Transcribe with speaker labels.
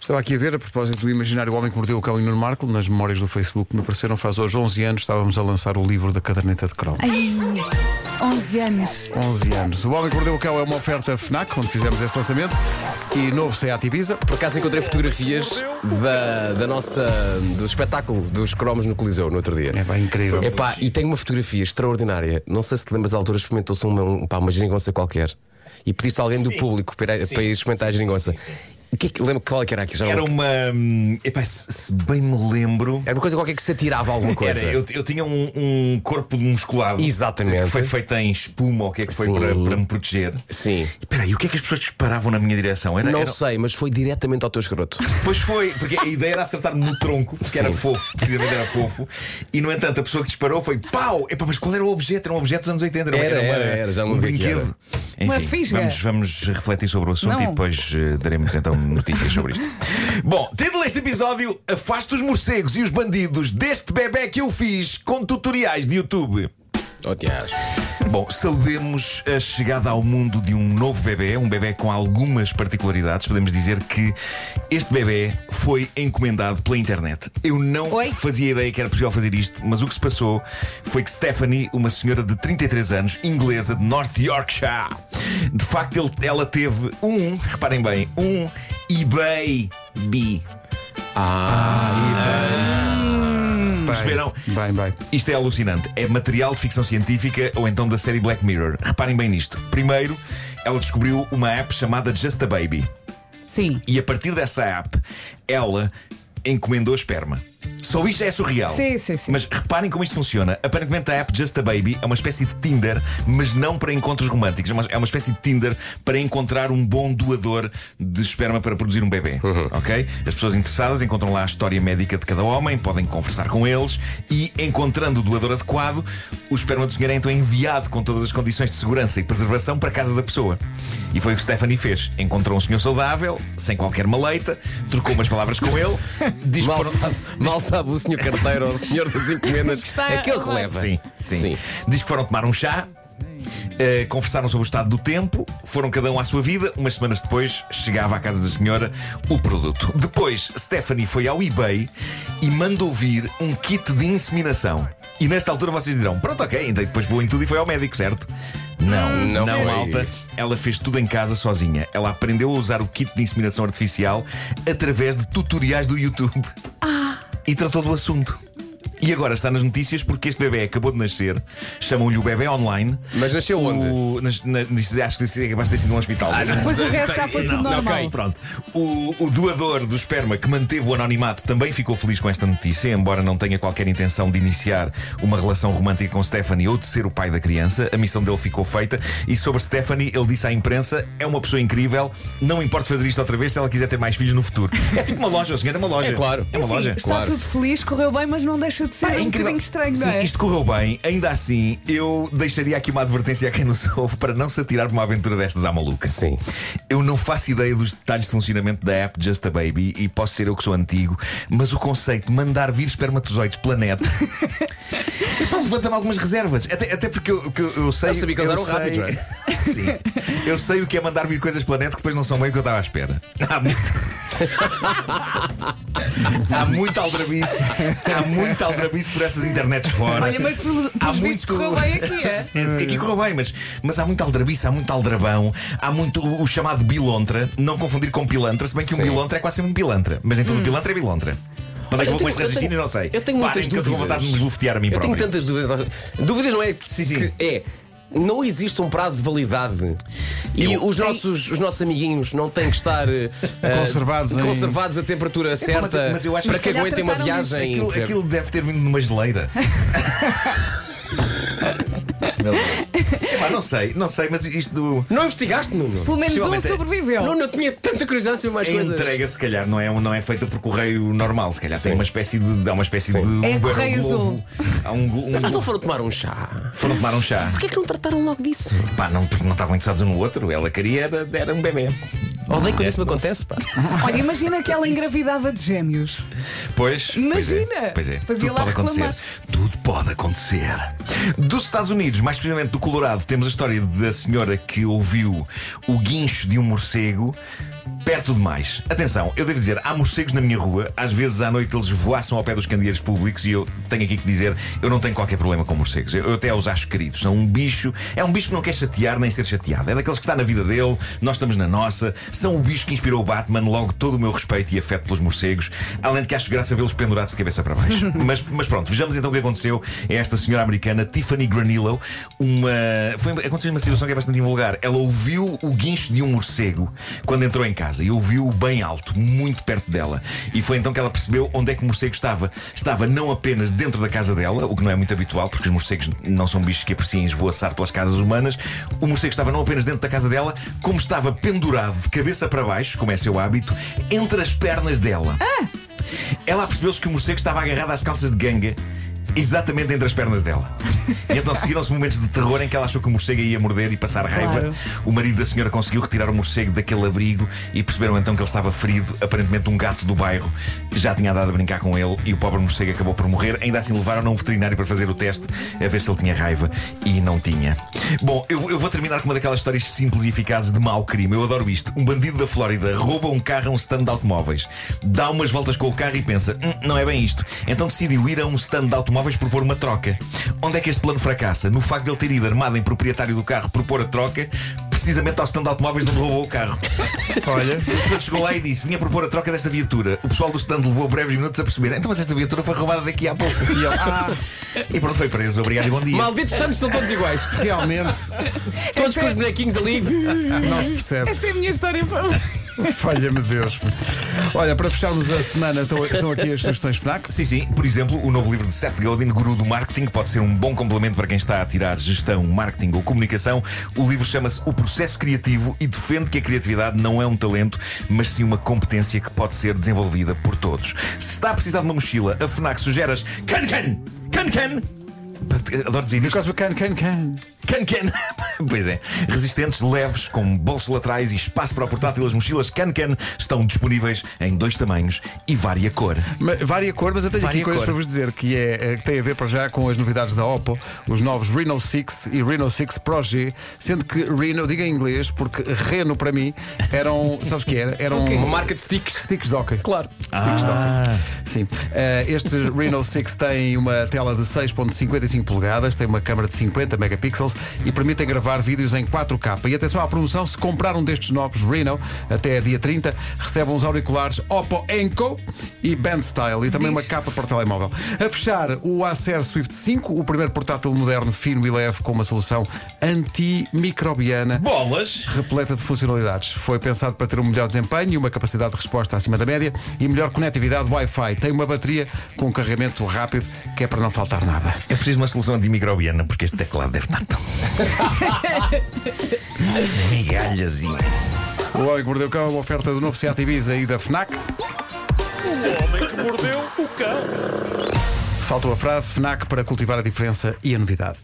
Speaker 1: Estava aqui a ver, a propósito do imaginário Homem que Mordeu o Cão e Nuno Marco, nas memórias do Facebook que me apareceram faz hoje 11 anos, estávamos a lançar o livro da caderneta de cromos.
Speaker 2: Ai, 11 anos.
Speaker 1: 11 anos. O Homem que Mordeu o Cão é uma oferta FNAC, onde fizemos esse lançamento, e novo Seat Ibiza.
Speaker 3: Por acaso encontrei fotografias da, da nossa, do espetáculo dos cromos no Coliseu no outro dia.
Speaker 1: É bem incrível.
Speaker 3: Epá, e tenho uma fotografia extraordinária. Não sei se te lembras da altura, experimentou-se uma, um, pá, uma geringonça qualquer. E pediste a alguém do público para, para ir experimentar a geringonça. O que é que, lembro qual é que era aqui? Já não-
Speaker 4: Era uma. hum, Epá, se se bem me lembro.
Speaker 3: era uma coisa qualquer que se atirava a alguma coisa.
Speaker 4: Era, eu, eu tinha um, um corpo musculado.
Speaker 3: Exatamente.
Speaker 4: Que foi feito em espuma, ou o que é que foi
Speaker 3: Sim.
Speaker 4: para, para me proteger.
Speaker 3: Sim.
Speaker 4: E peraí, o que é que as pessoas disparavam na minha direção? Era, um-
Speaker 3: Não
Speaker 4: era-
Speaker 3: sei, mas foi diretamente ao teu escroto.
Speaker 4: Pois foi, porque a ideia era acertar-me no tronco, porque era fofo, precisamente era fofo. E no entanto, a pessoa que disparou foi pau! Epá, mas qual era o objeto? Era um objeto dos anos 80, era, uma-
Speaker 3: Era,
Speaker 4: uma-
Speaker 3: era, era, já me
Speaker 4: um
Speaker 3: lembro que
Speaker 4: brinquedo.
Speaker 2: Uma
Speaker 4: Enfim,
Speaker 2: fisga.
Speaker 4: Vamos, vamos refletir sobre o assunto
Speaker 2: Não.
Speaker 4: e depois eh, daremos então notícias sobre isto. Bom, título deste episódio: Afaste os morcegos e os bandidos deste bebê que eu fiz com tutoriais de YouTube.
Speaker 3: Oh, diacho.
Speaker 4: Bom, saudemos a chegada ao mundo de um novo bebê, um bebê com algumas particularidades. Podemos dizer que este bebê foi encomendado pela internet. Eu não
Speaker 2: Oi?
Speaker 4: fazia ideia que era possível fazer isto, mas o que se passou foi que Stephanie, uma senhora de 33 anos, inglesa de North Yorkshire, de facto ele- ela teve um, reparem bem, um eBay B. Perceberam?
Speaker 1: Bem, bem.
Speaker 4: Isto é alucinante. É material de ficção científica ou então da série Black Mirror. Reparem bem nisto. Primeiro, ela descobriu uma app chamada Just a Baby.
Speaker 2: Sim.
Speaker 4: E a partir dessa app, ela encomendou esperma. Só isto é surreal.
Speaker 2: Sim, sim, sim.
Speaker 4: Mas reparem como isto funciona. Aparentemente a app Just a Baby é uma espécie de Tinder, mas não para encontros românticos. É uma- É uma espécie de Tinder para encontrar um bom doador de esperma para produzir um bebê. Ok? As pessoas interessadas encontram lá a história médica de cada homem, podem conversar com eles e, encontrando o doador adequado, o esperma do senhor é então enviado com todas as condições de segurança e preservação para a casa da pessoa. E foi o que Stephanie fez. Encontrou um senhor saudável, sem qualquer maleita, trocou umas palavras com ele, diz que
Speaker 3: Mal
Speaker 4: foram-
Speaker 3: sabe, mal sabe o senhor carteiro ou o senhor das encomendas
Speaker 2: está
Speaker 3: aquele que
Speaker 2: lá.
Speaker 3: leva.
Speaker 4: Sim, sim,
Speaker 3: Sim.
Speaker 4: Diz que foram tomar um chá, eh, conversaram sobre o estado do tempo, foram cada um à sua vida. Umas semanas depois chegava à casa da senhora o produto. Depois, Stephanie foi ao eBay e mandou vir um kit de inseminação. E nesta altura vocês dirão: pronto, ok, então depois boa em tudo e foi ao médico, certo? Não,
Speaker 3: Não
Speaker 4: não,
Speaker 3: foi.
Speaker 4: malta. Ela fez tudo em casa sozinha. Ela aprendeu a usar o kit de inseminação artificial através de tutoriais do YouTube e tratou do assunto. E agora está nas notícias porque este bebê acabou de nascer. Chamam-lhe o bebê online.
Speaker 3: Mas nasceu onde? Ah,
Speaker 4: O- nas- na- nas- acho que isso é capaz de ter sido num hospital.
Speaker 2: Pois o resto já foi tudo
Speaker 4: Não,
Speaker 2: normal.
Speaker 4: ok, pronto. O, o doador do esperma que manteve o anonimato também ficou feliz com esta notícia, embora não tenha qualquer intenção de iniciar uma relação romântica com Stephanie ou de ser o pai da criança. A missão dele ficou feita. E sobre Stephanie, ele disse à imprensa: é uma pessoa incrível, não importa fazer isto outra vez se ela quiser ter mais filhos no futuro. É tipo uma loja, o senhor, é uma loja.
Speaker 3: É claro.
Speaker 4: É uma
Speaker 2: Sim,
Speaker 4: loja.
Speaker 2: assim, está
Speaker 3: claro.
Speaker 2: tudo feliz, correu bem, mas não deixa de ser
Speaker 4: Pá, é
Speaker 2: um
Speaker 4: incrível.
Speaker 2: bocadinho estranho,
Speaker 4: Sim,
Speaker 2: não é?
Speaker 4: Isto correu bem, ainda assim, eu deixaria aqui uma advertência a quem nos ouve para não se atirar para uma aventura destas à maluca.
Speaker 3: Sim.
Speaker 4: Eu não faço ideia dos detalhes de funcionamento da app Just a Baby e posso ser eu que sou antigo, mas o conceito de mandar vir espermatozoides planeta. Epá, levanta-me algumas reservas. Até, até porque eu, que eu- eu sei.
Speaker 3: Eu sabia que eles eram
Speaker 4: sei-
Speaker 3: rápidos, não é?
Speaker 4: Sim. Eu sei o que é mandar vir coisas planeta que depois não são bem o que eu estava à espera. Há muito. Há muito aldrabice. Há muito aldrabice por essas internets fora.
Speaker 2: Olha, mas pelos,
Speaker 4: Há
Speaker 2: pelos vistos correu bem aqui, é?
Speaker 4: É, Aqui correu bem, mas, mas há muito aldrabice, há muito aldrabão, há muito o, o chamado bilontra, não confundir com pilantra, se bem que
Speaker 3: Sim. Hum.
Speaker 4: um bilontra é quase sempre um pilantra, mas nem todo pilantra é bilontra. Onde é que
Speaker 3: Eu tenho-
Speaker 4: eu vou com este
Speaker 3: eu
Speaker 4: raciocínio?
Speaker 3: tenho-
Speaker 4: Não sei.
Speaker 3: Eu tenho
Speaker 4: Parem,
Speaker 3: muitas
Speaker 4: que Eu tenho
Speaker 3: dúvidas.
Speaker 4: vontade de me esbofetear a mim
Speaker 3: Eu
Speaker 4: próprio.
Speaker 3: tenho tantas dúvidas. Dúvidas não é que
Speaker 4: Sim, sim.
Speaker 3: que é. Não existe um prazo de validade. E
Speaker 4: Eu-
Speaker 3: os nossos, os nossos amiguinhos não têm que estar eh, eh,
Speaker 1: Conservados em-
Speaker 3: conservados a temperatura
Speaker 4: mas-
Speaker 3: certa
Speaker 4: mas eu acho que
Speaker 3: para
Speaker 4: se
Speaker 3: que
Speaker 2: calhar
Speaker 3: aguentem uma
Speaker 2: trataram disso.
Speaker 3: viagem.
Speaker 4: Aquilo,
Speaker 3: percebe?
Speaker 4: aquilo deve ter vindo numa geleira. Epá, não sei, não sei, mas isto do.
Speaker 3: Não investigaste, Nuno?
Speaker 2: Pelo menos um
Speaker 4: Possivelmente é.
Speaker 2: sobreviveu.
Speaker 3: Nuno, eu tinha tanta curiosidade em saber mais
Speaker 4: A
Speaker 3: coisas.
Speaker 4: entrega, se calhar, não é, não é feita por correio normal. Se calhar
Speaker 3: Sim.
Speaker 4: tem uma espécie de. Dá uma espécie de. um
Speaker 2: É
Speaker 4: barril
Speaker 2: correio
Speaker 4: de
Speaker 2: azul.
Speaker 4: ovo. Há um, go- um
Speaker 3: Mas eles não
Speaker 4: go-
Speaker 3: foram tomar um chá.
Speaker 4: foram tomar um chá.
Speaker 3: Porquê é que não trataram logo disso?
Speaker 4: Pá, não, porque não estavam interessados um no outro. Ela queria era, era um bebê.
Speaker 3: Odeio
Speaker 4: É.
Speaker 3: quando isso me acontece, pá.
Speaker 2: Olha, imagina que ela engravidava de gêmeos.
Speaker 4: Pois.
Speaker 2: Imagina!
Speaker 4: Pois é. Pois é.
Speaker 2: Fazia
Speaker 4: Tudo
Speaker 2: lá
Speaker 4: pode acontecer.
Speaker 2: reclamar.
Speaker 4: Tudo pode acontecer. Dos Estados Unidos, mais precisamente do Colorado, temos a história da senhora que ouviu o guincho de um morcego Perto demais. Atenção, eu devo dizer, há morcegos na minha rua, às vezes à noite eles voaçam ao pé dos candeeiros públicos e eu tenho aqui que dizer, eu não tenho qualquer problema com morcegos. Eu, eu até os acho queridos. São um bicho, é um bicho que não quer chatear nem ser chateado. É daqueles que está na vida dele, nós estamos na nossa. São o bicho que inspirou o Batman, logo todo o meu respeito e afeto pelos morcegos, além de que acho graça vê-los pendurados de cabeça para baixo. mas, mas pronto, vejamos então o que aconteceu a esta senhora americana, Tiffany Granillo. Uma... Foi, aconteceu uma situação que é bastante invulgar. Ela ouviu o guincho de um morcego quando entrou em casa e ouviu-o bem alto, muito perto dela. E foi então que ela percebeu onde é que o morcego estava. Estava não apenas dentro da casa dela, o que não é muito habitual, porque os morcegos não são bichos que apreciem esvoaçar pelas casas humanas. O morcego estava não apenas dentro da casa dela, como estava pendurado de cabeça para baixo, como é seu hábito, entre as pernas dela. Ela percebeu-se que o morcego estava agarrado às calças de ganga, exatamente entre as pernas dela. E então seguiram-se momentos de terror em que ela achou que o morcego a ia morder e passar raiva.
Speaker 2: Claro.
Speaker 4: O marido da senhora conseguiu retirar o morcego daquele abrigo e perceberam então que ele estava ferido. Aparentemente, um gato do bairro já tinha andado a brincar com ele e o pobre morcego acabou por morrer. Ainda assim, levaram a um veterinário para fazer o teste a ver se ele tinha raiva e não tinha. Bom, eu, eu vou terminar com uma daquelas histórias simples e eficazes de mau crime. Eu adoro isto. Um bandido da Flórida rouba um carro a um stand de automóveis, dá umas voltas com o carro e pensa: "Hum, não é bem isto. Então decidiu ir a um stand de automóveis propor uma troca. Onde é que este plano fracassa? No facto de ele ter ido armado em proprietário do carro propor a troca, precisamente ao stand de automóveis de onde roubou o carro.
Speaker 1: Olha,
Speaker 4: Portanto, chegou lá e disse: vinha propor a troca desta viatura. O pessoal do stand levou breves minutos a perceber. Então, mas esta viatura foi roubada daqui a pouco. E, ele, "Ah." E pronto, foi preso. Obrigado e bom dia.
Speaker 3: Malditos estamos, são todos iguais.
Speaker 1: realmente
Speaker 4: É
Speaker 3: Todos com os bonequinhos ali.
Speaker 1: não se percebe.
Speaker 2: Esta é a minha história favorita.
Speaker 1: Falha-me Deus. Olha, para fecharmos a semana, estão- estão aqui as sugestões FNAC.
Speaker 4: Sim, sim. Por exemplo, o novo livro de Seth Godin, Guru do Marketing, pode ser um bom complemento para quem está a tirar gestão, marketing ou comunicação. O livro chama-se O Processo Criativo e defende que a criatividade não é um talento, mas sim uma competência que pode ser desenvolvida por todos. Se está a precisar de uma mochila, a FNAC sugere as Can-Can! Can-Can! eh, Adoro dizer isto.
Speaker 1: Because we can, can, can.
Speaker 4: Can-can. Pois é. Resistentes, leves, com bolsos laterais e espaço para o portátil, as mochilas Can-Can estão disponíveis em dois tamanhos e vária cor.
Speaker 1: Ma- Vária cor, mas eu tenho
Speaker 4: Vária
Speaker 1: aqui coisas
Speaker 4: cor.
Speaker 1: para vos dizer que é, eh, que tem a ver para já com as novidades da Oppo, os novos Reno 6 e Reno 6 Pro G, sendo que Reno, diga em inglês, porque Reno para mim eram, sabes o que era? Eram
Speaker 3: Uma marca de sticks.
Speaker 1: sticks de hockey. Ah.
Speaker 3: Claro.
Speaker 1: Sticks de hockey. Sim. Eh, este Reno 6 tem uma tela de 6.55 polegadas, tem uma câmara de 50 megapixels e permitem gravar vídeos em 4K. E atenção à promoção, se comprar um destes novos Reno até dia 30, recebem uns auriculares Oppo Enco e Band Style e também uma capa para o telemóvel. A fechar, o Acer Swift 5, o primeiro portátil moderno, fino e leve com uma solução antimicrobiana
Speaker 4: Bolas!
Speaker 1: repleta de funcionalidades. Foi pensado para ter um melhor desempenho, uma capacidade de resposta acima da média e melhor conectividade Wi-Fi. Tem uma bateria com um carregamento rápido que é para não faltar nada.
Speaker 4: É preciso de uma solução antimicrobiana, porque este teclado deve estar tão. Migalhazinho.
Speaker 1: O Homem que Mordeu o Cão é uma oferta do novo Seat Ibiza e da FNAC.
Speaker 5: Mordeu o cão.
Speaker 1: Faltou a frase FNAC para cultivar a diferença e a novidade.